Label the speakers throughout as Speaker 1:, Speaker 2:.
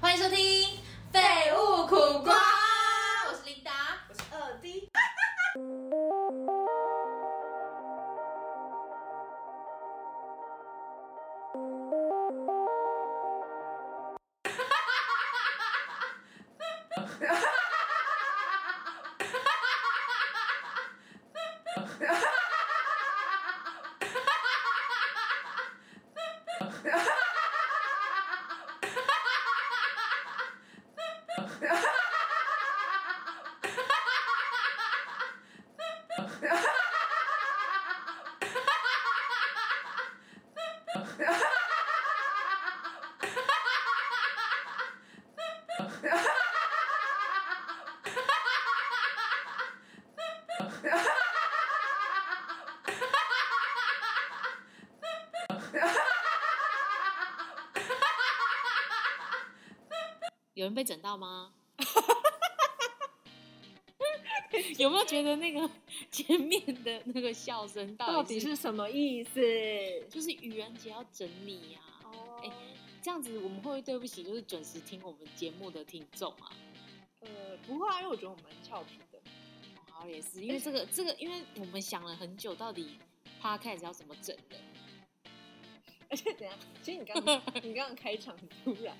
Speaker 1: 欢迎收听《废物苦瓜》，我是琳达。
Speaker 2: 我是二
Speaker 1: 呃
Speaker 2: D。
Speaker 1: 有人被整到吗？ 有没有觉得那个前面的那个笑声
Speaker 2: 到
Speaker 1: 到
Speaker 2: 底
Speaker 1: 底
Speaker 2: 是什么意思？
Speaker 1: 就是愚人节要整你呀、啊？
Speaker 2: 哦
Speaker 1: 哎这样子我们会不会对不起就是准时听我们节目的听众啊？
Speaker 2: 呃，不会啊，因为我觉得我们蛮俏皮的。
Speaker 1: 好，也是因为这个
Speaker 2: 哎
Speaker 1: 这个，因为我们想了很久，到底 podcast 要怎么整的？
Speaker 2: 而且等一下，其实你刚 刚你刚刚开场很突然，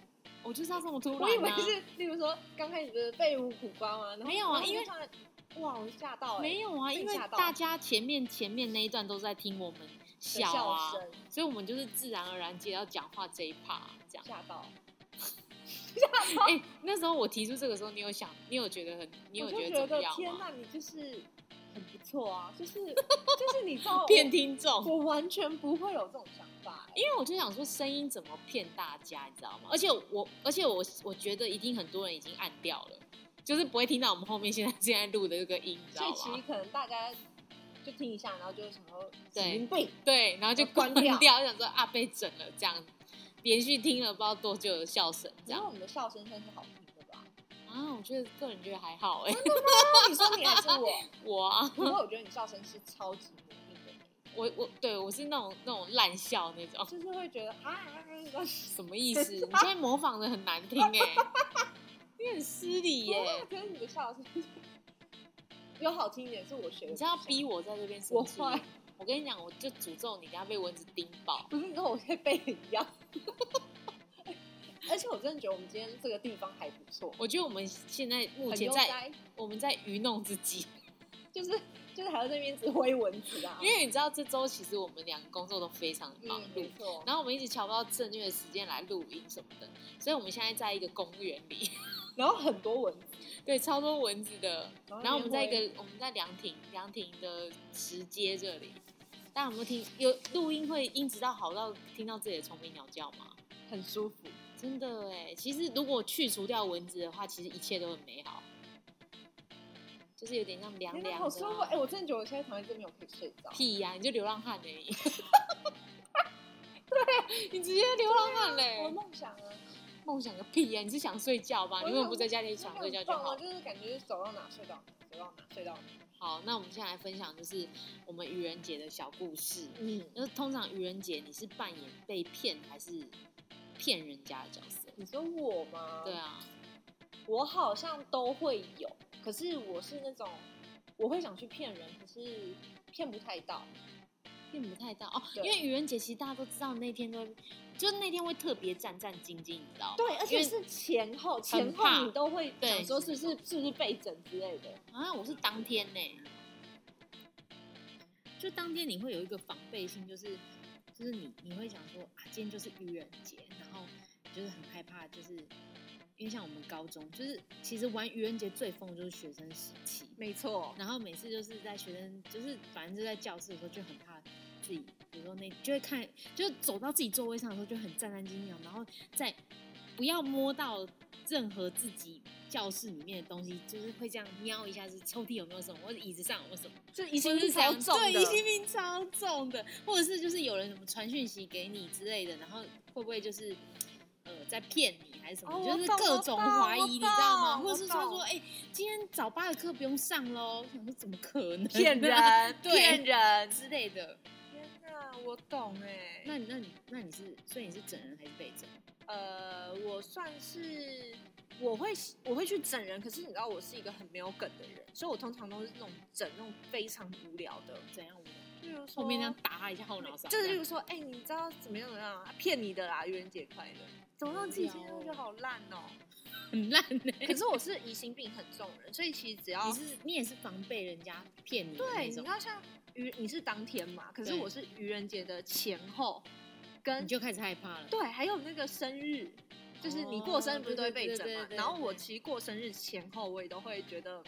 Speaker 1: 我就是要这么突然、啊，
Speaker 2: 我以为是，例如说刚开始的废物苦瓜吗？然后
Speaker 1: 没有啊
Speaker 2: 然后
Speaker 1: 因为
Speaker 2: 就突然哇，我吓到哎、
Speaker 1: 没有啊，
Speaker 2: 被
Speaker 1: 因为
Speaker 2: 吓到
Speaker 1: 大家前面前面那一段都是在听我们
Speaker 2: 的
Speaker 1: 笑啊，
Speaker 2: 声
Speaker 1: 所以我们就是自然而然接到讲话这一趴这样。
Speaker 2: 吓到，
Speaker 1: 哎、那时候我提出这个时候，你有想，你有觉得很，你有
Speaker 2: 我就
Speaker 1: 得
Speaker 2: 觉
Speaker 1: 怎么
Speaker 2: 得
Speaker 1: 样
Speaker 2: 天
Speaker 1: 吗？
Speaker 2: 呐，你就是很不错啊， 就是就是你知道我
Speaker 1: 骗听众，
Speaker 2: 我完全不会有这种想法、欸，
Speaker 1: 因为我就想说声音怎么骗大家，你知道吗？而且我，而且我，我觉得一定很多人已经按掉了，就是不会听到我们后面现在 现在录的这个音，你知
Speaker 2: 所
Speaker 1: 道
Speaker 2: 以其实
Speaker 1: 吗？
Speaker 2: 可能大家就听一下，然后就什么
Speaker 1: 对
Speaker 2: 神经病，
Speaker 1: 对，然后就
Speaker 2: 呃关掉
Speaker 1: 掉，就想说啊被整了这样，连续听了不知道多久的笑声这
Speaker 2: 然
Speaker 1: 样
Speaker 2: 后我们的笑声算是好听的吧？
Speaker 1: 啊，我觉得个人觉得还好哎、
Speaker 2: 那你说你还是我，
Speaker 1: 我啊，
Speaker 2: 因为我觉得你笑声是超级魔力的那种，
Speaker 1: 我我对我是那种那种烂笑那种，
Speaker 2: 就是会觉得啊啊啊，啊
Speaker 1: 什么意思？你今天模仿的很难听哎、 你很失礼欸耶、
Speaker 2: 啊可是你的笑声是有好听一点，是我学的，
Speaker 1: 你知道逼我在这边生
Speaker 2: 我
Speaker 1: 气
Speaker 2: 坏，
Speaker 1: 我跟你讲，我就诅咒你，等下被蚊子叮爆。
Speaker 2: 不是跟我在背的一样。而且我真的觉得我们今天这个地方还不错，
Speaker 1: 我觉得我们现在目
Speaker 2: 很悠
Speaker 1: 前在
Speaker 2: 哉，
Speaker 1: 我们在愚弄自 己，
Speaker 2: 就是就是还要在那边指挥蚊子啊，
Speaker 1: 因为你知道这周其实我们两个工作都非常的忙
Speaker 2: 嗯，
Speaker 1: 碌，
Speaker 2: 没错，
Speaker 1: 然后我们一直瞧不到正确的时间来录音什么的，所以我们现在在一个公园里，
Speaker 2: 然后很多蚊子，
Speaker 1: 对，超多蚊子的。
Speaker 2: 然后
Speaker 1: 然后我们在一
Speaker 2: 烟
Speaker 1: 个我们在凉亭凉亭的石阶这里，大家有没有听？有录音会音质到好到听到自己的虫鸣鸟叫吗？
Speaker 2: 很舒服，
Speaker 1: 真的哎，其实如果去除掉蚊子的话，其实一切都很美好，就是有点像凉
Speaker 2: 真的
Speaker 1: 凉
Speaker 2: 好舒
Speaker 1: 的
Speaker 2: 服。
Speaker 1: 啊、
Speaker 2: 哎、我真的觉得我现在躺在这边我可以睡着，
Speaker 1: 屁呀、你就流浪汉而 已。对，你直接流浪汉嘞、
Speaker 2: 我梦想啊，
Speaker 1: 梦想个屁呀、你是想睡觉吧？
Speaker 2: 我
Speaker 1: 你为什么不在家里
Speaker 2: 想
Speaker 1: 想睡觉就好
Speaker 2: 啊，？就是感觉走到哪睡到哪，走到哪睡到哪。
Speaker 1: 好，那我们现在来分享就是我们愚人节的小故事。
Speaker 2: 嗯，
Speaker 1: 就是通常愚人节你是扮演被骗还是骗人家的角色？
Speaker 2: 你说我吗？
Speaker 1: 对，啊，
Speaker 2: 我好像都会有，可是我是那种我会想去骗人，可是骗不太到。
Speaker 1: 骗不太到哦，因
Speaker 2: 对
Speaker 1: 为愚人节其实大家都知道那天都会，就是那天会特别战战兢兢，你知道吗？
Speaker 2: 对，而
Speaker 1: 因
Speaker 2: 且
Speaker 1: 为
Speaker 2: 是前后
Speaker 1: 很
Speaker 2: 前
Speaker 1: 怕
Speaker 2: 后你都会
Speaker 1: 对
Speaker 2: 想说是不是是不是被整之类的。
Speaker 1: 啊，我是当天呢、就当天你会有一个防备心，就是就是你你会想说啊，今天就是愚人节，然后你就是很害怕，就是因为像我们高中，就是其实玩愚人节最疯的就是学生时期，
Speaker 2: 没错，
Speaker 1: 然后每次就是在学生，就是反正就在教室的时候就很怕自己，比如说那就会看，就走到自己座位上的时候就很战战兢兢，然后在不要摸到任何自己教室里面的东西，就是会这样瞄一下，是抽屉有没有什么，或者椅子上有没有什么，
Speaker 2: 就疑
Speaker 1: 或
Speaker 2: 心
Speaker 1: 者
Speaker 2: 病
Speaker 1: 是
Speaker 2: 超
Speaker 1: 常
Speaker 2: 重的
Speaker 1: 对，疑心病超重的，或者是就是有人什么传讯息给你之类的，然后会不会就是呃在骗你还是什么，
Speaker 2: 哦
Speaker 1: 就
Speaker 2: 我
Speaker 1: 是
Speaker 2: 懂
Speaker 1: 各
Speaker 2: 我懂
Speaker 1: 种怀疑，
Speaker 2: 我
Speaker 1: 你知道吗？
Speaker 2: 懂
Speaker 1: 或
Speaker 2: 我
Speaker 1: 者是说
Speaker 2: 懂
Speaker 1: 说，哎、今天早八的课不用上喽，想说怎么可能呢
Speaker 2: 骗人，
Speaker 1: 对
Speaker 2: 骗人。
Speaker 1: 之类的。
Speaker 2: 天哪，我懂哎、
Speaker 1: 那你那你那你是，所以你是整人还是被整？
Speaker 2: 呃，我算是我会我会去整人，可是你知道我是一个很没有梗的人，所以我通常都是那种整那种非常无聊的，
Speaker 1: 怎样我
Speaker 2: 例如说
Speaker 1: 后面这样打他一下后脑勺，
Speaker 2: 就是
Speaker 1: 这
Speaker 2: 例
Speaker 1: 样
Speaker 2: 如说，哎、你知道怎么样怎么样啊骗你的啦，愚人节快乐，怎么让自己今天就好烂哦、
Speaker 1: 很烂呢、
Speaker 2: 可是我是疑心病很重的人，所以其实只要
Speaker 1: 你是你也是防备人家骗你的
Speaker 2: 对，
Speaker 1: 那
Speaker 2: 你知
Speaker 1: 种，
Speaker 2: 道像愚你是当天嘛，可是
Speaker 1: 对
Speaker 2: 我是愚人节的前后跟
Speaker 1: 你就开始害怕了。
Speaker 2: 对，还有那个生日，就是你过生日不是都会被整
Speaker 1: 哦对对对
Speaker 2: 嘛
Speaker 1: 对？对
Speaker 2: 然后我其实过生日前后，我也都会觉得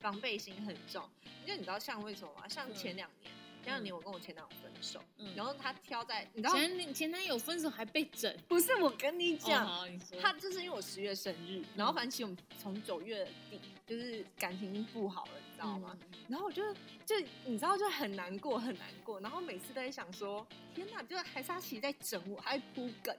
Speaker 2: 防备心很重，因为你知道像为什么吗？像
Speaker 1: 嗯
Speaker 2: 前两年，前两年我跟我前男友分手，
Speaker 1: 嗯，
Speaker 2: 然后他挑在你知道
Speaker 1: 前男前男友分手还被整，
Speaker 2: 不是我跟你
Speaker 1: 哦
Speaker 2: 讲，
Speaker 1: 好嗯你说
Speaker 2: 他就是因为我十月生日，然后反正其实我们从九月底就是感情已经不好了，你知道吗？？
Speaker 1: 嗯
Speaker 2: 然后我就就你知道就很难过很难过，然后每次都在想说，天哪，就是还是他其实在整我，还铺梗，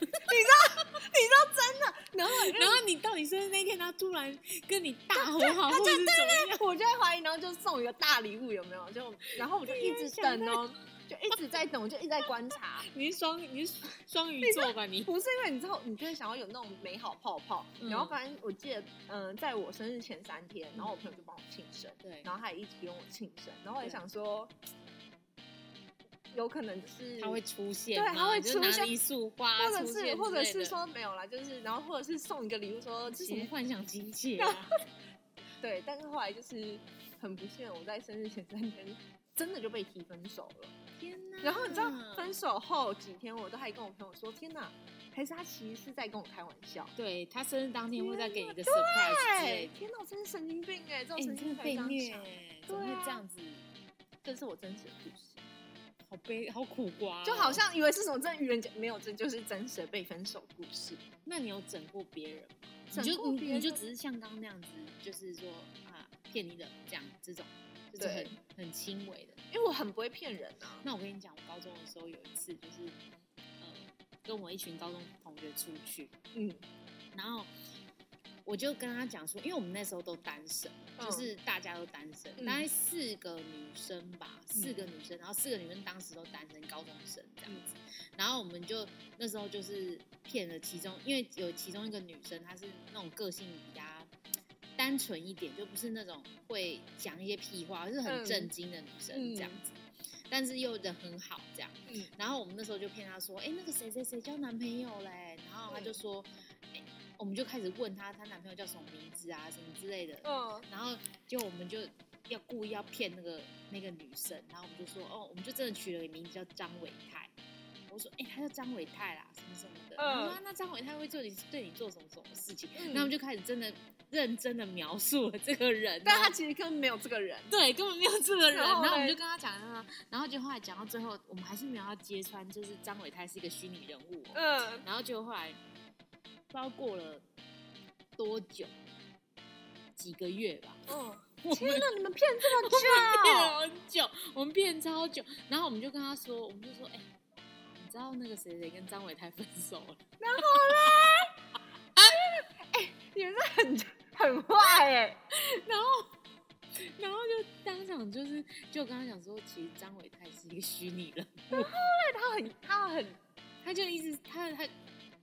Speaker 2: 你知道你知道真的，然后我
Speaker 1: 然后你到你生日那天，他突然跟你大吼好，或者是怎么 样？
Speaker 2: 就我就在怀疑，然后就送一个大礼物有没有？就然后我就一直等哦，就一直在等，我就一直在观察，
Speaker 1: 你是双你是双鱼座吧？你
Speaker 2: 不是因为你知道，你就会想要有那种美好泡泡。
Speaker 1: 嗯
Speaker 2: 然后反正我记得，嗯、在我生日前三天，然后我朋友就帮我庆生，
Speaker 1: 对
Speaker 2: 然后他也一起跟我庆生，然后我也
Speaker 1: 对
Speaker 2: 想说，有可能就是
Speaker 1: 他会出现
Speaker 2: 对
Speaker 1: 吗，
Speaker 2: 他会
Speaker 1: 就
Speaker 2: 出
Speaker 1: 拿
Speaker 2: 现
Speaker 1: 一束花
Speaker 2: 或者
Speaker 1: 出现之类
Speaker 2: 是
Speaker 1: 的，
Speaker 2: 或者是说没有啦，就是然后或者是送一个礼物说
Speaker 1: 这
Speaker 2: 其
Speaker 1: 什么
Speaker 2: 实
Speaker 1: 幻想情节啊？
Speaker 2: 对，但是后来就是很不幸，我在生日前三天真的就被提分手了。
Speaker 1: 天哪！
Speaker 2: 然后你知道
Speaker 1: 嗯
Speaker 2: 分手后几天，我都还跟我朋友说：“天哪，还是他其实是在跟我开玩笑。
Speaker 1: 对他生日当天会再给你一个 surprise 之”类
Speaker 2: 哎
Speaker 1: 的，，
Speaker 2: 天哪，我真是神经病哎、这
Speaker 1: 哎，
Speaker 2: 种
Speaker 1: 你
Speaker 2: 神
Speaker 1: 真
Speaker 2: 经
Speaker 1: 的
Speaker 2: 病
Speaker 1: 被
Speaker 2: 才这
Speaker 1: 虐欸
Speaker 2: 样想，，
Speaker 1: 怎么
Speaker 2: 对
Speaker 1: 会
Speaker 2: 啊
Speaker 1: 这样子？
Speaker 2: 这是我真实的故事。
Speaker 1: 好悲，好苦瓜哦，
Speaker 2: 就好像以为是什么真的愚人节，没有，这就是真实的被分手故事。
Speaker 1: 那你有整过别人吗？你
Speaker 2: 整
Speaker 1: 就
Speaker 2: 过
Speaker 1: 你
Speaker 2: 别
Speaker 1: 你就
Speaker 2: 人
Speaker 1: 只是像刚刚那样子，就是说啊骗你的这样这种，就是
Speaker 2: 对
Speaker 1: 很很轻微的。
Speaker 2: 因为我很不会骗人啊。
Speaker 1: 那我跟你讲，我高中的时候有一次就是呃跟我一群高中同学出去，
Speaker 2: 嗯，
Speaker 1: 然后我就跟他讲说，因为我们那时候都单身，就
Speaker 2: 嗯
Speaker 1: 是大家都单身，
Speaker 2: 嗯
Speaker 1: 大概四个女生吧，四个女生，然后四个女生当时都单身，高中生这样子。
Speaker 2: 嗯
Speaker 1: 然后我们就那时候就是骗了其中，因为有其中一个女生她是那种个性比较单纯一点，就不是那种会讲一些屁话，就是很
Speaker 2: 嗯
Speaker 1: 正经的女生
Speaker 2: 嗯
Speaker 1: 这样子，但是又人很好这样。
Speaker 2: 嗯
Speaker 1: 然后我们那时候就骗他说，哎、那个谁谁谁交男朋友嘞，然后
Speaker 2: 嗯
Speaker 1: 他就说，哎、我们就开始问他她男朋友叫什么名字啊，什么之类的，
Speaker 2: 嗯
Speaker 1: 然后就我们就要故意要骗那个那个女生，然后我们就说，哦，我们就真的取了个名字叫张伟泰。我说，哎、他叫张伟泰啦，什么什么的。然后
Speaker 2: 嗯
Speaker 1: 说、啊那张伟泰会做你对你做什么什么事情？
Speaker 2: 嗯
Speaker 1: 那我们就开始真的认真的描述了这个人，啊
Speaker 2: 但他其欸实根本没有这个人。
Speaker 1: 对，根本没有这个人。
Speaker 2: 然
Speaker 1: 然后
Speaker 2: 后
Speaker 1: 我们
Speaker 2: 嘞
Speaker 1: 就跟他讲，然后然后就后来讲到最后，我们还是没有要揭穿，就是张伟泰是一个虚拟人物哦、
Speaker 2: 嗯，
Speaker 1: 然后就后来，不知道过了多久，几个月吧，
Speaker 2: 嗯， 天哪，你们骗这么
Speaker 1: 骗
Speaker 2: 久？
Speaker 1: 了很久，我们骗超久。然后我们就跟他说，我们就说，哎、你知道那个谁谁跟张伟泰分手了？
Speaker 2: 你们是很很 坏哎、
Speaker 1: 然后就当场就是就跟他讲说，其实张伟泰是一个虚拟人
Speaker 2: 他很他很
Speaker 1: 他就一直他他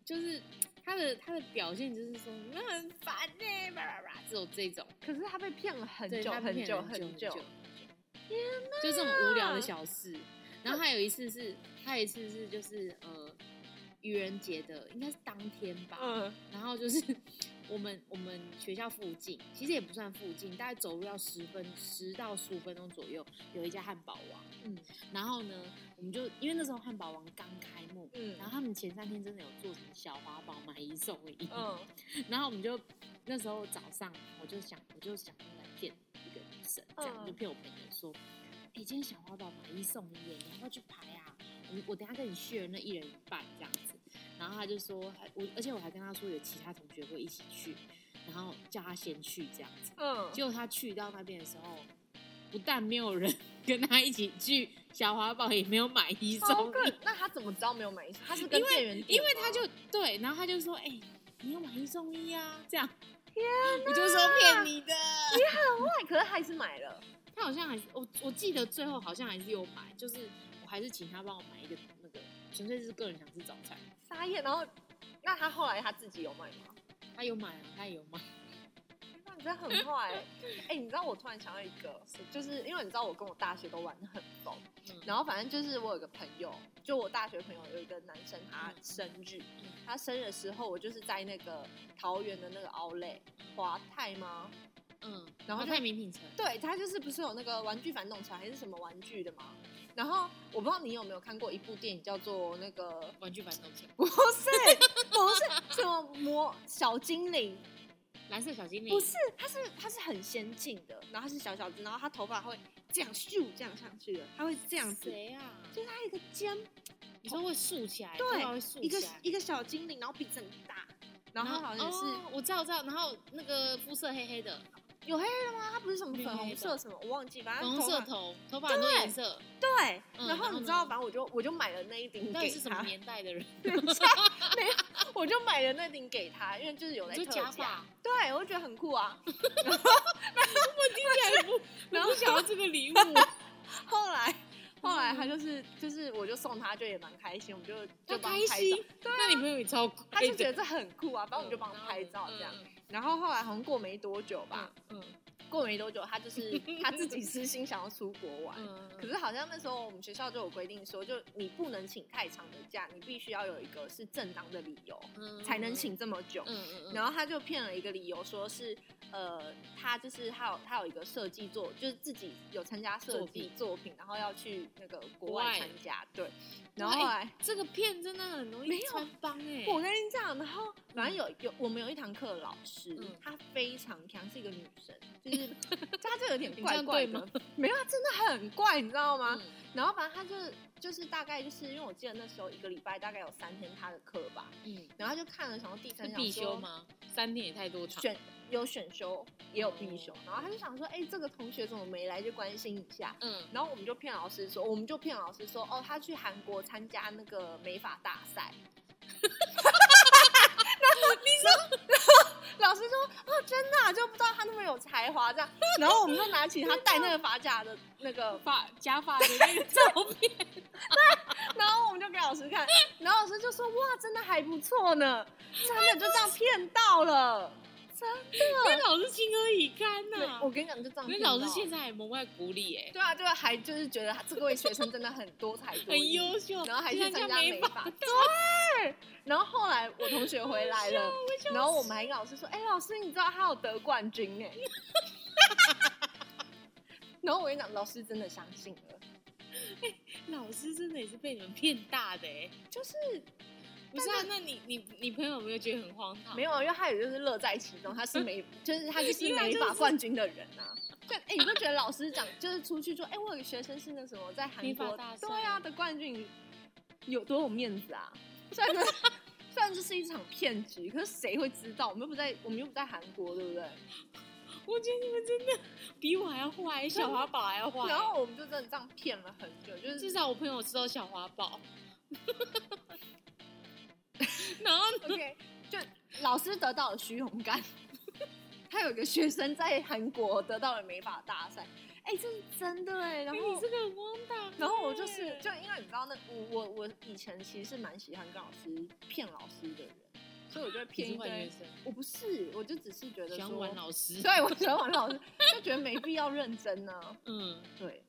Speaker 1: 就是他的他的表现就是说你们很烦呢、叭叭叭，只有这种
Speaker 2: 可是他被骗了很
Speaker 1: 对
Speaker 2: 久
Speaker 1: 他被骗
Speaker 2: 久
Speaker 1: 了
Speaker 2: 很
Speaker 1: 很久，就这种无聊的小事。然后还有一次是，还有一次是就是呃愚人节的，应该是当天吧，
Speaker 2: 嗯
Speaker 1: 然后就是 我们我们学校附近，其实也不算附近，大概走路要十分十到十五分钟左右，有一家汉堡王。
Speaker 2: 嗯
Speaker 1: 然后呢，我们就因为那时候汉堡王刚开幕，
Speaker 2: 嗯
Speaker 1: 然后他们前三天真的有做什么小花包买一送一，
Speaker 2: 嗯
Speaker 1: 然后我们就那时候早上我就想我就想用来骗一个女生，这样、
Speaker 2: 嗯
Speaker 1: 就骗我朋友说，哎、今天小花包买一送一耶，你要不要去排啊？我我等一下跟你 share 那一人一半这样子，然后他就说，还我而且我还跟他说有其他同学会一起去，然后叫他先去这样子，
Speaker 2: 嗯，
Speaker 1: 结果他去到那边的时候，不但没有人 跟他一起去小华堡，也没有买一
Speaker 2: 好
Speaker 1: 送
Speaker 2: 可
Speaker 1: 一，，
Speaker 2: 哦那他怎么知道没有买衣服？他是跟店员点
Speaker 1: 因为
Speaker 2: 吗
Speaker 1: 他就对，然后他就说：“哎、你有买一送一啊？”这样，我就说骗你的。
Speaker 2: 对，可是还是买了。
Speaker 1: 他好像还是我我记得最后好像还是有买，就是我还是请他帮我买一个那个，纯粹是个人想吃早餐。
Speaker 2: 撒野，然后那他后来他自己有卖吗？
Speaker 1: 他有买啊，他也有买。
Speaker 2: 那你真的很坏、欸。哎、你知道我突然想到一个，就是因为你知道我跟我大学都玩的很疯，
Speaker 1: 嗯，
Speaker 2: 然后反正就是我有个朋友，就我大学朋友有一个男生，他
Speaker 1: 嗯
Speaker 2: 生日，他生日的时候，我就是在那个桃园的那个 Outlet 华泰吗？
Speaker 1: 嗯，
Speaker 2: 然后就
Speaker 1: 太名品城，
Speaker 2: 对，他就是不是有那个玩具反斗城还是什么玩具的吗？然后我不知道你有没有看过一部电影叫做那个
Speaker 1: 玩具反斗城，
Speaker 2: 不是不是什么魔小精灵，
Speaker 1: 蓝色小精灵
Speaker 2: 不是，它是它是很先进的，然后它是小小只，然后它头发会这样咻这样上去的，它会这样子，
Speaker 1: 谁啊？
Speaker 2: 就是它一个尖
Speaker 1: 你说会竖起来，
Speaker 2: 对
Speaker 1: 头发会竖
Speaker 2: 一个
Speaker 1: 起来。
Speaker 2: 一个小精灵，然后鼻子很大，然后它好像是、
Speaker 1: 哦我知道我知道，然后那个肤色黑黑的，
Speaker 2: 有黑的吗？它不是什么
Speaker 1: 没
Speaker 2: 粉红
Speaker 1: 黑的
Speaker 2: 色什么，我忘记，反
Speaker 1: 粉
Speaker 2: 正
Speaker 1: 红色
Speaker 2: 啊头发
Speaker 1: 头，头发很多颜色，
Speaker 2: 对，然
Speaker 1: 嗯然
Speaker 2: 后
Speaker 1: 后
Speaker 2: 你
Speaker 1: 呢
Speaker 2: 知道，反正我就我就买了那一顶
Speaker 1: 你到底
Speaker 2: 给
Speaker 1: 是什么
Speaker 2: 他，
Speaker 1: 年代的人？
Speaker 2: 我就买了那顶给他，因为就是有在
Speaker 1: 你说
Speaker 2: 特
Speaker 1: 假
Speaker 2: 价，
Speaker 1: 发，
Speaker 2: 对我就觉得很酷 啊。
Speaker 1: 对，不，
Speaker 2: 然
Speaker 1: 然
Speaker 2: 后
Speaker 1: 后想要这个礼物，
Speaker 2: 后来后来他就是就是我就送他，就也蛮开心，我们就就
Speaker 1: 他
Speaker 2: 帮
Speaker 1: 开
Speaker 2: 他拍照
Speaker 1: 心，，那你朋友也超哎贵的，
Speaker 2: 啊他就觉得这很酷啊，反正我们就
Speaker 1: 嗯
Speaker 2: 帮他拍照这样。，
Speaker 1: 嗯
Speaker 2: 然后后来好像过没多久吧，，
Speaker 1: 嗯嗯
Speaker 2: 过没多久他就是 他自己私心想要出国玩。
Speaker 1: 嗯，
Speaker 2: 可是好像那时候我们学校就有规定说，就你不能请太长的假，你必须要有一个是正当的理由
Speaker 1: 嗯
Speaker 2: 才能，请这么久。
Speaker 1: 嗯嗯嗯，
Speaker 2: 然后他就骗了一个理由，说是呃，他就是他有他有一个设计作，就是自己有参加设计作品，然后要去那个国
Speaker 1: 国
Speaker 2: 外
Speaker 1: 外
Speaker 2: 参加，对。然后后来
Speaker 1: 这个片真的很容
Speaker 2: 没
Speaker 1: 易
Speaker 2: 有
Speaker 1: 穿帮哎，
Speaker 2: 我跟你讲，然后反正有有我们有一堂课老师
Speaker 1: 嗯，
Speaker 2: 她非常强，是一个女生，就是 她就有点
Speaker 1: 你这
Speaker 2: 怪
Speaker 1: 样
Speaker 2: 怪
Speaker 1: 对
Speaker 2: 的
Speaker 1: 吗，
Speaker 2: 没有，她真的很怪，你知道吗？
Speaker 1: 嗯
Speaker 2: 然后反正她就是就是大概就是因为我记得那时候一个礼拜大概有三天她的课吧，
Speaker 1: 嗯，
Speaker 2: 然后她就看了，想说第三
Speaker 1: 是
Speaker 2: 想
Speaker 1: 必
Speaker 2: 说
Speaker 1: 修？吗？三天也太多场，
Speaker 2: 选有选修也有必
Speaker 1: 哦
Speaker 2: 修，然后她就想说，哎、这个同学怎么没来，就关心一下。
Speaker 1: 嗯
Speaker 2: 然后我们就骗老师说，我们就骗老师说，哦，他去韩国参加那个美发大赛。 然 后你说，然后老师说，哦，真的啊、就不知道他那么有才华这样。然后我们就拿起他戴那个发夹的那个，
Speaker 1: 发假 发的那个照片，
Speaker 2: 然后我们就给老师看，然后老师就说，哇，真的还不错呢，真的就这样骗到了。
Speaker 1: 跟老师情何以堪
Speaker 2: 对
Speaker 1: 呐！
Speaker 2: 我跟你讲，就这样
Speaker 1: 那
Speaker 2: 骗到
Speaker 1: 啊老
Speaker 2: 了。
Speaker 1: 师现在还蒙在鼓里哎，
Speaker 2: 对啊，对啊，还就是觉得他这位学生真的很多才多
Speaker 1: 很
Speaker 2: 艺。
Speaker 1: 优秀，
Speaker 2: 然后还去
Speaker 1: 现在
Speaker 2: 参
Speaker 1: 叫
Speaker 2: 加美
Speaker 1: 美
Speaker 2: 发，对。然后后来我同学回来了，然后我们还跟老师说：“哎、老师，你知道他有得冠军哎、然后我跟你讲，老师真的相信了，
Speaker 1: 老师真的也是被你们骗大的哎。
Speaker 2: 就是
Speaker 1: 不是啊，那你你你朋友有没有觉得很荒唐？
Speaker 2: 没有，啊因为他也就是乐在其中，他是美， 就是他就是
Speaker 1: 因为他
Speaker 2: 美
Speaker 1: 就是
Speaker 2: 法冠军的人啊。就哎、你不觉得老师讲就是出去说，哎、我有个学生是那什么在韩
Speaker 1: 美
Speaker 2: 国
Speaker 1: 法大赛
Speaker 2: 对啊的冠军，有多有面子啊？虽然 这虽然这是一场骗局，可是谁会知道？我们又不在，我们又不在韩国，对不对？
Speaker 1: 我觉得你们真的比我还要坏，小华宝还要坏。
Speaker 2: 然后我们就真的这样骗了很久，就是
Speaker 1: 至少我朋友吃到小华 宝，然后
Speaker 2: OK，就老师得到了虚荣感。 他有一个学生在韩国得到了美法大赛，哎、这是真的哎、然
Speaker 1: 哎
Speaker 2: 后
Speaker 1: 你这个很荒唐。欸
Speaker 2: 然后我就是，就因为你知道那我我我以前其实是蛮喜欢跟老师骗老师的人，所以我就会骗
Speaker 1: 偏
Speaker 2: 一
Speaker 1: 坏
Speaker 2: 堆
Speaker 1: 学。生，
Speaker 2: 我不是，我就只是觉得
Speaker 1: 喜
Speaker 2: 说，
Speaker 1: 欢玩老师。
Speaker 2: 对我喜欢玩老师，就觉得没必要认真呢、
Speaker 1: 嗯，
Speaker 2: 对，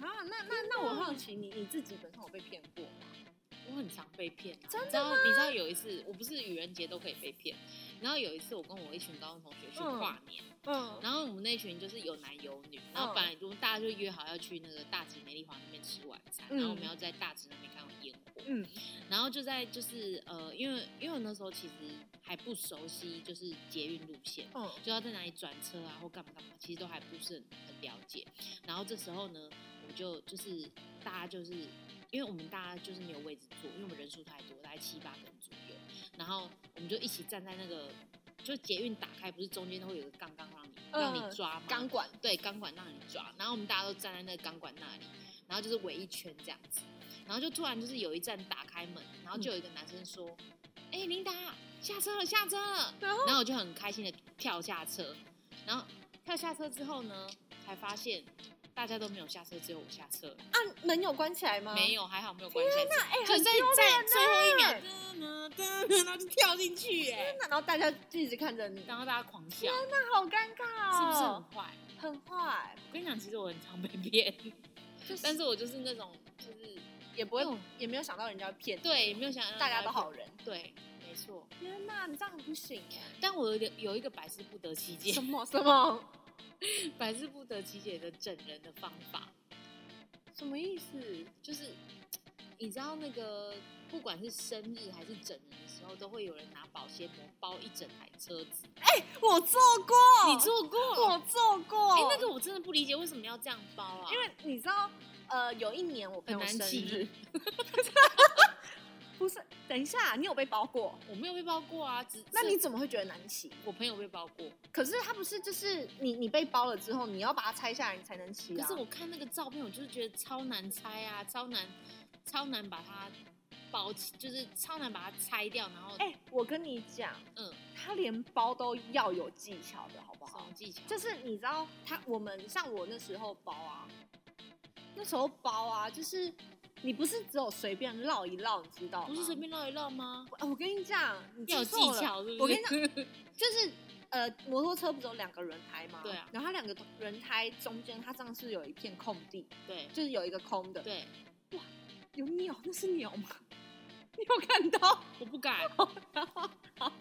Speaker 2: 啊，那那那我好奇你你自己本身有被骗过吗？
Speaker 1: 我很常被骗、啊。
Speaker 2: 真的
Speaker 1: 你知道你知道有一次，我不是愚人节都可以被骗，然后有一次我跟我一群高中同学去
Speaker 2: 嗯
Speaker 1: 跨年，
Speaker 2: 嗯
Speaker 1: 然后我们那群就是有男有女，然
Speaker 2: 嗯
Speaker 1: 后本来我们大家就约好要去那个大直美丽华那边吃晚餐，
Speaker 2: 嗯
Speaker 1: 然后我们要在大直那边看到烟火，
Speaker 2: 嗯
Speaker 1: 然后就在就是呃，因为因为我那时候其实还不熟悉就是捷运路线，
Speaker 2: 嗯
Speaker 1: 就要在哪里转车啊或干嘛干嘛，其实都还不是很很了解。然后这时候呢，我就就是大家就是因为我们大家就是没有位置坐，因为我们人数太多，大概七八个人左右，然后我们就一起站在那个。就捷运打开，不是中间都会有个杠杠让你、让
Speaker 2: 嗯
Speaker 1: 你抓吗？
Speaker 2: 钢管，
Speaker 1: 对钢管让你抓，然后我们大家都站在那个钢管那里，然后就是围一圈这样子，然后就突然就是有一站打开门，然后就有一个男生说：“哎、琳达，下车了，下车了。”
Speaker 2: 然
Speaker 1: 后我就很开心的跳下车，然后跳下车之后呢，才发现大家都没有下车，只有我下车了。
Speaker 2: 啊，门有关起来吗？
Speaker 1: 没
Speaker 2: 有。
Speaker 1: 有，还好没有关系。哎、
Speaker 2: 啊哎
Speaker 1: 就
Speaker 2: 很
Speaker 1: 在
Speaker 2: 丢
Speaker 1: 在
Speaker 2: 脸
Speaker 1: 最后一秒，
Speaker 2: 欸
Speaker 1: 噔噔噔，然后就跳进去、哎，
Speaker 2: 然后大家就一直看着你，
Speaker 1: 然后大家狂笑，
Speaker 2: 那好尴尬
Speaker 1: 是不是很
Speaker 2: 哦，
Speaker 1: 坏？
Speaker 2: 是不是很坏？
Speaker 1: 我跟你讲，其实我很常被骗，
Speaker 2: 就是
Speaker 1: 但是我就是那种，就是
Speaker 2: 也不会
Speaker 1: 因为我，
Speaker 2: 也没有想到人家会骗你，
Speaker 1: 对，没有想到
Speaker 2: 嗯大家都好，人。
Speaker 1: 对，没错。
Speaker 2: 天哪，你这样很不行哎！
Speaker 1: 但我有点有一个百思不得其解
Speaker 2: 什，么什么
Speaker 1: 百思不得其解的整人的方法，
Speaker 2: 什么意思？
Speaker 1: 就是你知道那个，不管是生日还是整人的时候，都会有人拿保鲜膜包一整台车子。
Speaker 2: 我做过，
Speaker 1: 你做过？
Speaker 2: 我做过。
Speaker 1: 哎、那个我真的不理解，为什么要这样包啊？
Speaker 2: 因为你知道，呃，有一年我朋友
Speaker 1: 很
Speaker 2: 生
Speaker 1: 难记
Speaker 2: 日， 不是？等一下，你有被包过？
Speaker 1: 我没有被包过啊，只
Speaker 2: 那你
Speaker 1: 是
Speaker 2: 怎么会觉得难骑？
Speaker 1: 我朋友被包过，
Speaker 2: 可是它不是，就是你你被包了之后，你要把它拆下来，你才能骑
Speaker 1: 可
Speaker 2: 啊。
Speaker 1: 是我看那个照片，我就是觉得超难拆啊，超难，超难把它包起，就是超难把它拆掉，然后、
Speaker 2: 哎、我跟你讲，
Speaker 1: 嗯，
Speaker 2: 它连包都要有技巧的，好不
Speaker 1: 什
Speaker 2: 好
Speaker 1: 么？技巧？
Speaker 2: 就是你知道，他我们像我那时候包啊，那时候包啊，就是你不是只有随便绕一绕，你知道吗？哎
Speaker 1: 不是随便绕一绕吗？
Speaker 2: 我。我跟你讲，你
Speaker 1: 要有
Speaker 2: 记
Speaker 1: 技
Speaker 2: 错了，
Speaker 1: 巧，是不是？
Speaker 2: 我跟你
Speaker 1: 讲，
Speaker 2: 就是呃，摩托车不是有两个轮胎吗？
Speaker 1: 对啊
Speaker 2: 然后它两个轮胎中间，它上是有一片空地，
Speaker 1: 对
Speaker 2: 就是有一个空的。，
Speaker 1: 对，
Speaker 2: 有鸟，那是鸟吗？ 你有看到？
Speaker 1: 我不敢，
Speaker 2: 然后，好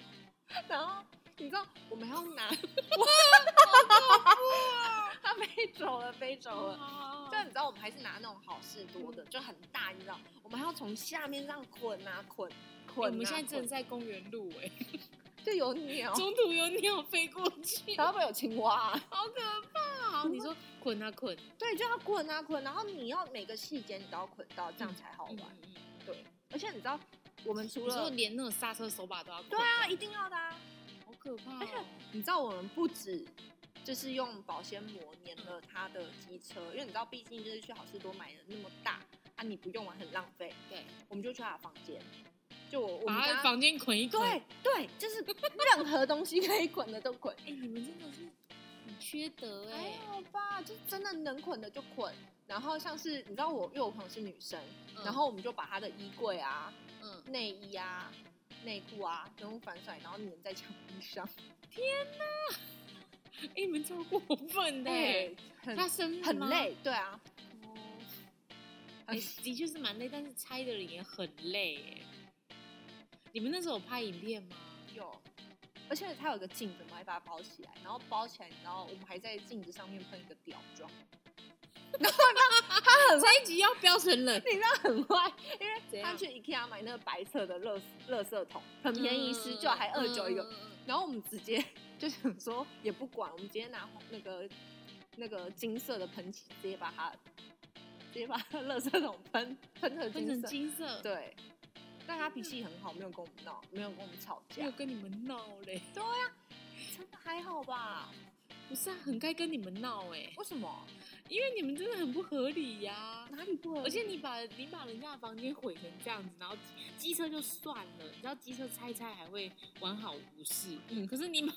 Speaker 2: 然后你知道我们还要拿，哇， 它啊飞走了，飞走了。
Speaker 1: 哦
Speaker 2: 就你知道，我们还是拿那种好事多
Speaker 1: 嗯
Speaker 2: 的，就很大，你知道，我们还要从下面这样捆啊捆
Speaker 1: 哎我
Speaker 2: 捆啊、哦
Speaker 1: 们现在真
Speaker 2: 捆
Speaker 1: 的在公园路哎、
Speaker 2: 就有鸟，
Speaker 1: 中途有鸟飞过去，
Speaker 2: 然后会有青蛙、啊
Speaker 1: 好可怕、哦！你说捆啊捆，
Speaker 2: 对，就要捆啊捆，然后你要每个细节你都要捆到，这样才好
Speaker 1: 嗯
Speaker 2: 玩。
Speaker 1: 嗯嗯
Speaker 2: 对，而且你知道，我们除
Speaker 1: 你说
Speaker 2: 了
Speaker 1: 连那个刹车手把都要捆，
Speaker 2: 对啊，一定要的、啊。
Speaker 1: 好可怕、哦！
Speaker 2: 而且你知道，我们不止就是用保鲜膜粘了
Speaker 1: 嗯
Speaker 2: 它的机车，因为你知道，毕竟就是去好事多买的那么大啊，你不用完很浪费，
Speaker 1: 对，
Speaker 2: 我们就去他的房间，就我我们
Speaker 1: 把
Speaker 2: 跟
Speaker 1: 他
Speaker 2: 他
Speaker 1: 房间捆一捆。
Speaker 2: 对对，就是 任何东西可以捆的都捆。
Speaker 1: 哎、你们真的是很缺德哎、
Speaker 2: 还好吧，就真的能捆的就捆。然后像是你知道我，因为我朋友是女生，
Speaker 1: 嗯
Speaker 2: 然后我们就把她的衣柜啊、
Speaker 1: 嗯，
Speaker 2: 内衣啊、内裤啊全部反甩，然后粘在墙壁上。
Speaker 1: 哎、你们超过分的、欸
Speaker 2: 对，，很
Speaker 1: 他生日
Speaker 2: 很
Speaker 1: 吗
Speaker 2: 累，对啊，
Speaker 1: 哦，
Speaker 2: 很
Speaker 1: 哎、的确是蛮累，但是拆的人也很累哎、你们那时候有拍影片吗？
Speaker 2: 有。而且它有个镜子，我们还把它包起来，然后包起来，然后我们还在镜子上面喷一个屌妆，啊
Speaker 1: 这一集要标成 人，
Speaker 2: 你知道 很坏，因
Speaker 1: 怎
Speaker 2: 为
Speaker 1: 样
Speaker 2: 他去 IKEA 买那个白色的乐乐色桶，很便宜，十九还二九一个，
Speaker 1: 嗯嗯。嗯嗯嗯
Speaker 2: 然后我们直接就想说也不管，我们直接拿那个那个金色的喷漆，直接把它直接把它 垃圾桶喷喷成
Speaker 1: 分
Speaker 2: 金
Speaker 1: 成
Speaker 2: 色。
Speaker 1: 金色，，
Speaker 2: 对，但他脾气很好，没有跟我们闹，没有跟我们吵
Speaker 1: 没
Speaker 2: 架
Speaker 1: 有，啊跟你们闹嘞，
Speaker 2: 真的还好吧？
Speaker 1: 不是啊，很该跟你们闹哎、
Speaker 2: 为什么？
Speaker 1: 因为你们真的很不合理呀、
Speaker 2: 哪里不合理？
Speaker 1: 而且你把你把人家的房间毁成这样子，然后机车就算了，你知道机车拆一拆还会完好无事，
Speaker 2: 嗯
Speaker 1: 可是你把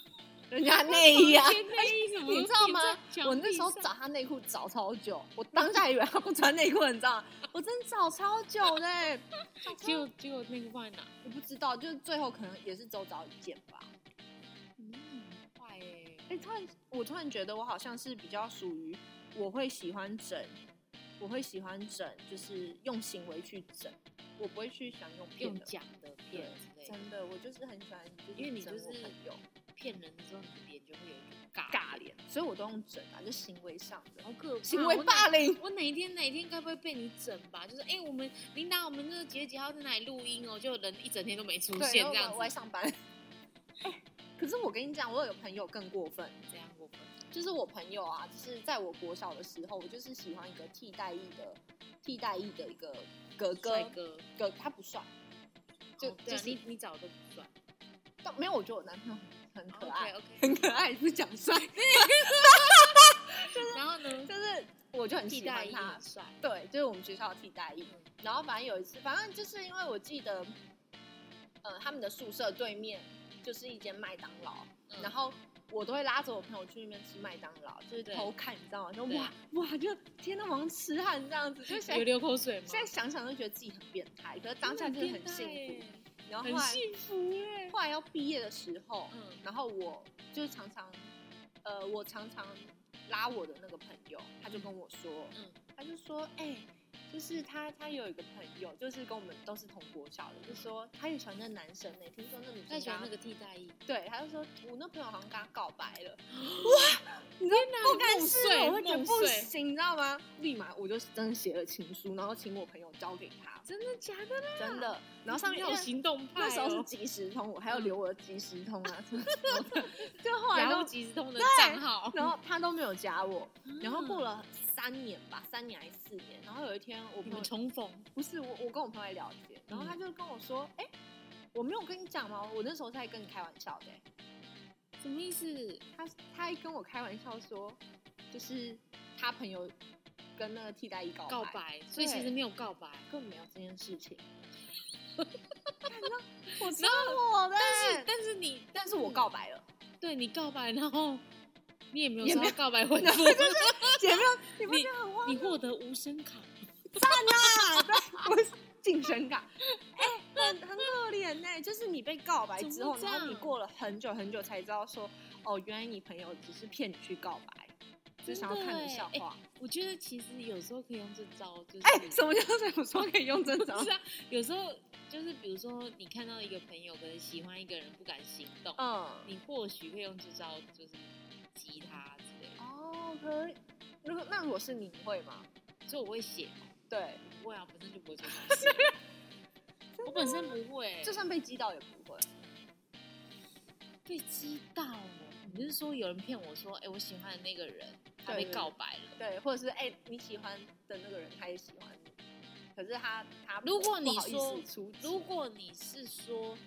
Speaker 2: 人家内衣啊
Speaker 1: 房。间内衣什么都
Speaker 2: 你知道
Speaker 1: 贴
Speaker 2: 吗
Speaker 1: 在墙壁？上
Speaker 2: 我那时候找他内裤找超久，我当下以为他不穿内裤，你知道吗？我真的找超久的、 欸，找超
Speaker 1: 结果结果那个放在哪？
Speaker 2: 我不知道，就是最后可能也是周找一件吧。
Speaker 1: 嗯，很坏哎、
Speaker 2: 哎、突然我突然觉得我好像是比较属于我会喜欢整，我会喜欢整，就是用行为去整，我不会去想用骗
Speaker 1: 用
Speaker 2: 的。
Speaker 1: 讲的
Speaker 2: 对
Speaker 1: 骗之，类的，
Speaker 2: 真的，我就是很喜欢，
Speaker 1: 因为你就
Speaker 2: 整我
Speaker 1: 是
Speaker 2: 朋友
Speaker 1: 骗人的时候你的脸就会有一个尬
Speaker 2: 尬脸，所以我都用整啊，就行为上的
Speaker 1: 好可怕，
Speaker 2: 行为霸凌。
Speaker 1: 我哪一天哪一天该不会被你整吧？就是哎、我们琳达，我们那个几月几号在哪里录音哦？就人一整天都没出
Speaker 2: 对，
Speaker 1: 现
Speaker 2: 然后
Speaker 1: 这样
Speaker 2: 我我还
Speaker 1: 子，
Speaker 2: 上班。哎、可是我跟你讲，我有朋友更过分，
Speaker 1: 这样过分。
Speaker 2: 就是我朋友啊，就是在我国小的时候，我就是喜欢一个替代役的替代役的一个哥哥
Speaker 1: 帅，哥，
Speaker 2: 哥他不帅，就、
Speaker 1: 就哦对
Speaker 2: 就
Speaker 1: 啊
Speaker 2: 是
Speaker 1: 你你找的不算，哦
Speaker 2: 但没有，我觉得我男朋友很很可爱
Speaker 1: o k
Speaker 2: 很可爱，不讲帅，
Speaker 1: 然后呢，
Speaker 2: 就是我 就很
Speaker 1: 替
Speaker 2: 喜
Speaker 1: 代
Speaker 2: 欢
Speaker 1: 役
Speaker 2: 他
Speaker 1: 很。帅，
Speaker 2: 对，就是我们学校的替代役。然后反正有一次，反正就是因为我记得，呃，他们的宿舍对面就是一间麦当劳，
Speaker 1: 嗯
Speaker 2: 然后我都会拉着我朋友去那边吃麦当劳，就是
Speaker 1: 对
Speaker 2: 偷看，你知道吗？就
Speaker 1: 对
Speaker 2: 哇哇，就天呐，王痴汉这样子，就现
Speaker 1: 有
Speaker 2: 在
Speaker 1: 流口水吗？
Speaker 2: 现在想想就觉得自己很变态，可是当下就是很幸福。
Speaker 1: 福，
Speaker 2: 然后
Speaker 1: 很
Speaker 2: 后来
Speaker 1: 幸福哎、
Speaker 2: 后来要毕业的时候，
Speaker 1: 嗯
Speaker 2: 然后我就常常，呃，我常常拉我的那个朋友，他就跟我说，
Speaker 1: 嗯
Speaker 2: 他就说，哎、就是他他有一个朋友，就是跟我们都是同国小的，就说他也喜欢那男生呢、听说那女生
Speaker 1: 太喜欢那
Speaker 2: 跟
Speaker 1: 个替代役，
Speaker 2: 他，对，他就说我那朋友好像跟他告白了，
Speaker 1: 你在
Speaker 2: 不
Speaker 1: 哪
Speaker 2: 甘
Speaker 1: 梦
Speaker 2: 示弱，
Speaker 1: 碎，
Speaker 2: 我会觉得
Speaker 1: 梦
Speaker 2: 不
Speaker 1: 碎，
Speaker 2: 行，你知道吗？立马我就真的写了情书，然后请我朋友交给他，
Speaker 1: 真的假的啦？
Speaker 2: 真的，然后上面
Speaker 1: 有
Speaker 2: 因为
Speaker 1: 行动派、哦，
Speaker 2: 那时候是即时通，我还有
Speaker 1: 嗯
Speaker 2: 留我的即时通啊什么什 么的，就后来
Speaker 1: 然
Speaker 2: 都
Speaker 1: 后即时通的
Speaker 2: 对
Speaker 1: 账号，
Speaker 2: 然后他都没有加我，然后过
Speaker 1: 了、
Speaker 2: 了三年吧，三年还是四年，然后有一天我
Speaker 1: 嗯
Speaker 2: 朋
Speaker 1: 你们嗯
Speaker 2: 友
Speaker 1: 重逢，
Speaker 2: 不是我，我跟我朋友在聊天，然后他就跟我说，哎、我没有跟你讲吗？我那时候在跟你开玩笑的、欸
Speaker 1: 什么意思？
Speaker 2: 他他还跟我开玩笑说，就是他朋友跟那个替代役告
Speaker 1: 告白，所以其实没有告白，
Speaker 2: 根本没有这件事情。我知道我的，
Speaker 1: 但是但是你，
Speaker 2: 但是我告白了，
Speaker 1: 对你告白，然后你也没有
Speaker 2: 也
Speaker 1: 收
Speaker 2: 没
Speaker 1: 到告白回 复，
Speaker 2: 姐妹，你不觉得很荒
Speaker 1: 你获得无声卡，
Speaker 2: 我是晋升感，哎、很很可怜呢、就是你被告白之后，
Speaker 1: 怎么会这
Speaker 2: 然
Speaker 1: 样
Speaker 2: 后你过了很久很久才知道说，哦，原来你朋友只是骗你去告白，就想要看你笑
Speaker 1: 真的欸哎
Speaker 2: 话。
Speaker 1: 我觉得其实有时候可以用这招，就是
Speaker 2: 哎、什么叫做我说可以用这 招
Speaker 1: 不？是啊，有时候就是比如说你看到一个朋友可能喜欢一个人不敢行动，
Speaker 2: 嗯，
Speaker 1: 你或许会用这招，就是激他之类的。
Speaker 2: 哦，可以。如果那如果是你你会吗？
Speaker 1: 所以我会写，
Speaker 2: 对，
Speaker 1: 我不会啊，本身就不会做 这种事。我本身不会，
Speaker 2: 就算被击倒也不会。
Speaker 1: 被击到哦。你是说有人骗我说，哎、我喜欢的那个人他
Speaker 2: 对
Speaker 1: 被
Speaker 2: 对
Speaker 1: 告白了？
Speaker 2: 对，或者是哎、你喜欢的那个人他也喜欢你，可是他他
Speaker 1: 如果你
Speaker 2: 不好意
Speaker 1: 说
Speaker 2: 思出击
Speaker 1: 如果你是说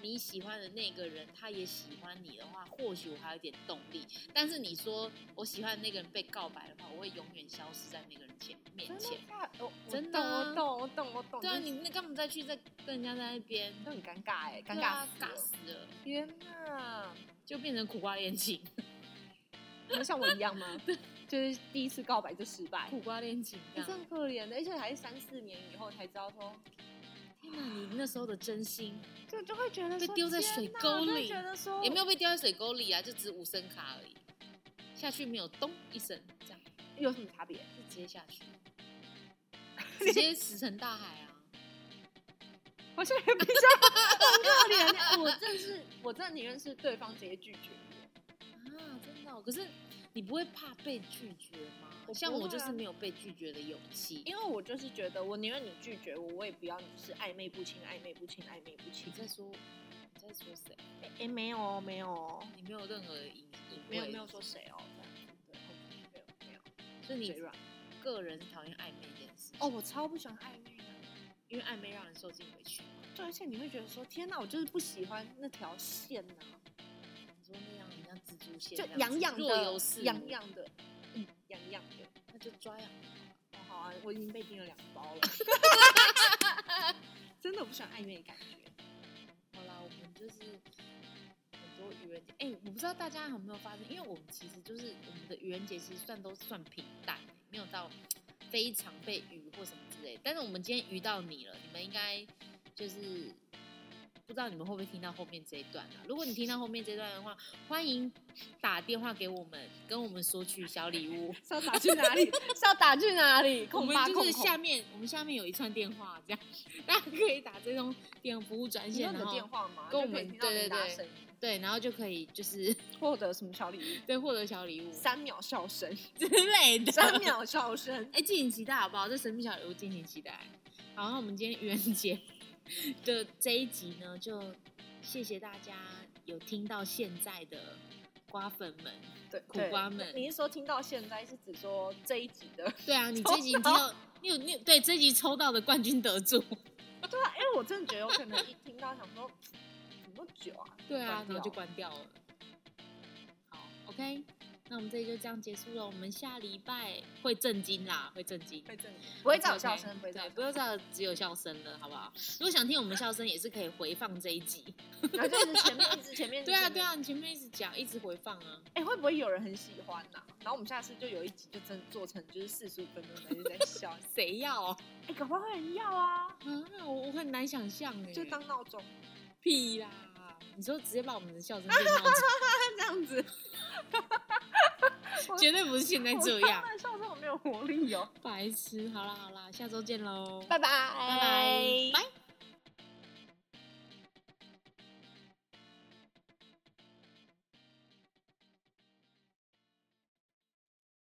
Speaker 1: 你喜欢的那个人他也喜欢你的话，或许我还有点动力。但是你说我喜欢的那个人被告白的话，我会永远消失在那个人前面
Speaker 2: 真的
Speaker 1: 前。
Speaker 2: 假的，我哦我
Speaker 1: 真的
Speaker 2: 懂
Speaker 1: 啊
Speaker 2: 我懂我懂我懂，
Speaker 1: 对啊，
Speaker 2: 就是
Speaker 1: 你那干嘛再去再跟人家在那边？
Speaker 2: 那很尴尬哎、尴
Speaker 1: 对
Speaker 2: 尬
Speaker 1: 啊
Speaker 2: 死了！
Speaker 1: 尬死了，
Speaker 2: 天哪，
Speaker 1: 就变成苦瓜恋情，
Speaker 2: 你们像我一样吗？ 就是第一次告白就失败，
Speaker 1: 苦瓜恋情这
Speaker 2: 真
Speaker 1: 样
Speaker 2: 的。很可怜的，而且还是三四年以后才知道说，
Speaker 1: 天哪，你那时候的真心
Speaker 2: 就就会觉得
Speaker 1: 被
Speaker 2: 说
Speaker 1: 丢在
Speaker 2: 天
Speaker 1: 水
Speaker 2: 哪
Speaker 1: 沟
Speaker 2: 就
Speaker 1: 里
Speaker 2: 觉得说
Speaker 1: 也没有被丢在水沟里啊，就只五声卡而已，下去没有咚一声，这样
Speaker 2: 有什么差别。
Speaker 1: 就直接下去，直 接石沉大海啊！
Speaker 2: 好像也比 较很可怜 欸我真的是，我真的宁愿是对方直接拒绝我。
Speaker 1: 啊，真的哦、可是你不会怕被拒绝吗？
Speaker 2: 我不
Speaker 1: 像我就
Speaker 2: 会啊
Speaker 1: 是没有被拒绝的勇气，
Speaker 2: 因为我就是觉得，我宁愿你拒绝我，我也不要你是暧昧不清、暧昧不清、暧昧不
Speaker 1: 你
Speaker 2: 清。
Speaker 1: 在说你在说谁？
Speaker 2: 哎、诶没有哦，没有哦，
Speaker 1: 你没有任何隐隐
Speaker 2: 没有
Speaker 1: 晦
Speaker 2: 没有说谁哦，这样子对，没有没有，
Speaker 1: 所以
Speaker 2: 嘴
Speaker 1: 你
Speaker 2: 软
Speaker 1: 个人是讨厌暧昧这件事情
Speaker 2: 哦，，我超不喜欢暧昧的。
Speaker 1: 因为暧昧让人受尽委屈嘛。
Speaker 2: 对，而且你会觉得说，天哪，我就是不喜欢那条线呐、
Speaker 1: 你说那样，你像蜘蛛线这
Speaker 2: 就
Speaker 1: 样子，
Speaker 2: 痒痒
Speaker 1: 若
Speaker 2: 的
Speaker 1: 有似，无
Speaker 2: 痒，痒的，嗯，痒痒的。
Speaker 1: 那就抓痒。
Speaker 2: 哦，好啊，我已经被叮了两包了， 真的我不喜欢暧昧的感觉。
Speaker 1: 好啦，我们就是很多愚人节，哎、我不知道大家有没有发现，因为我们其实就是我们的愚人节，其实算都算平淡，没有到非常被愚或什么之类。但是我们今天愚到你了，你们应该就是不知道你们会不会听到后面这一段啊？如果你听到后面这段的话，欢迎打电话给我们，跟我们索取小礼物。
Speaker 2: 是要打去哪 里？是要打去哪里？
Speaker 1: 我
Speaker 2: 空
Speaker 1: 们
Speaker 2: 吧
Speaker 1: 就
Speaker 2: 空
Speaker 1: 是
Speaker 2: 空。
Speaker 1: 下面，我们下面有一串电话，这样大家可以打这通电服务专
Speaker 2: 你有
Speaker 1: 线，
Speaker 2: 你
Speaker 1: 然
Speaker 2: 的
Speaker 1: 后
Speaker 2: 电话吗？
Speaker 1: 跟我
Speaker 2: 就可以
Speaker 1: 们
Speaker 2: 听到
Speaker 1: 对
Speaker 2: 你
Speaker 1: 对
Speaker 2: 打
Speaker 1: 对
Speaker 2: 声音，
Speaker 1: 对，然后就可以就是
Speaker 2: 获得什么小礼
Speaker 1: 对获得小礼物
Speaker 2: 物？三秒笑声，
Speaker 1: 之类的。
Speaker 2: 三秒笑声。
Speaker 1: 哎，敬请期待好不好？这神秘小礼物敬请期待。好，那我们今天愚人节 的这一集呢，就谢谢大家有听到现在的瓜粉们。
Speaker 2: 对，
Speaker 1: 苦
Speaker 2: 对
Speaker 1: 瓜们
Speaker 2: 你是说听到现在是指说这一集的？
Speaker 1: 对啊，你这一集你听到，你有你有对这一集抽到的冠军得主。
Speaker 2: 对啊，因为我真的觉得有可能一听到想说，怎么那么久啊？
Speaker 1: 对
Speaker 2: 关
Speaker 1: 啊，然
Speaker 2: 掉
Speaker 1: 后就关掉了。好，OK，那我们这里就这样结束了，我们下礼拜会震惊啦，会震惊。
Speaker 2: 会正经，不会找
Speaker 1: OK，OK，
Speaker 2: 笑声，不会找
Speaker 1: 对，，不要找只有笑声了，好不好？如果想听我们笑声，也是可以回放这一集。
Speaker 2: 然后就是前 面一直前面，
Speaker 1: 对啊，对
Speaker 2: 啊。
Speaker 1: 啊，你前面一直讲，一直回放啊。
Speaker 2: 哎、会不会有人很喜欢呐、然后我们下次就有一集就真做成就是四十五分钟，然后就在笑。 哎、
Speaker 1: 谁要啊？
Speaker 2: 搞不好会有人要啊，
Speaker 1: 我我很难想象哎，
Speaker 2: 就当闹 钟
Speaker 1: 屁啦！你说直接把我们的笑声变闹钟，
Speaker 2: 这样子。
Speaker 1: 绝对不是现在这 样
Speaker 2: 我，刚才笑声好没有活力哦。
Speaker 1: 白痴！好啦好啦，下周见喽，
Speaker 2: 拜拜，
Speaker 1: 拜拜拜。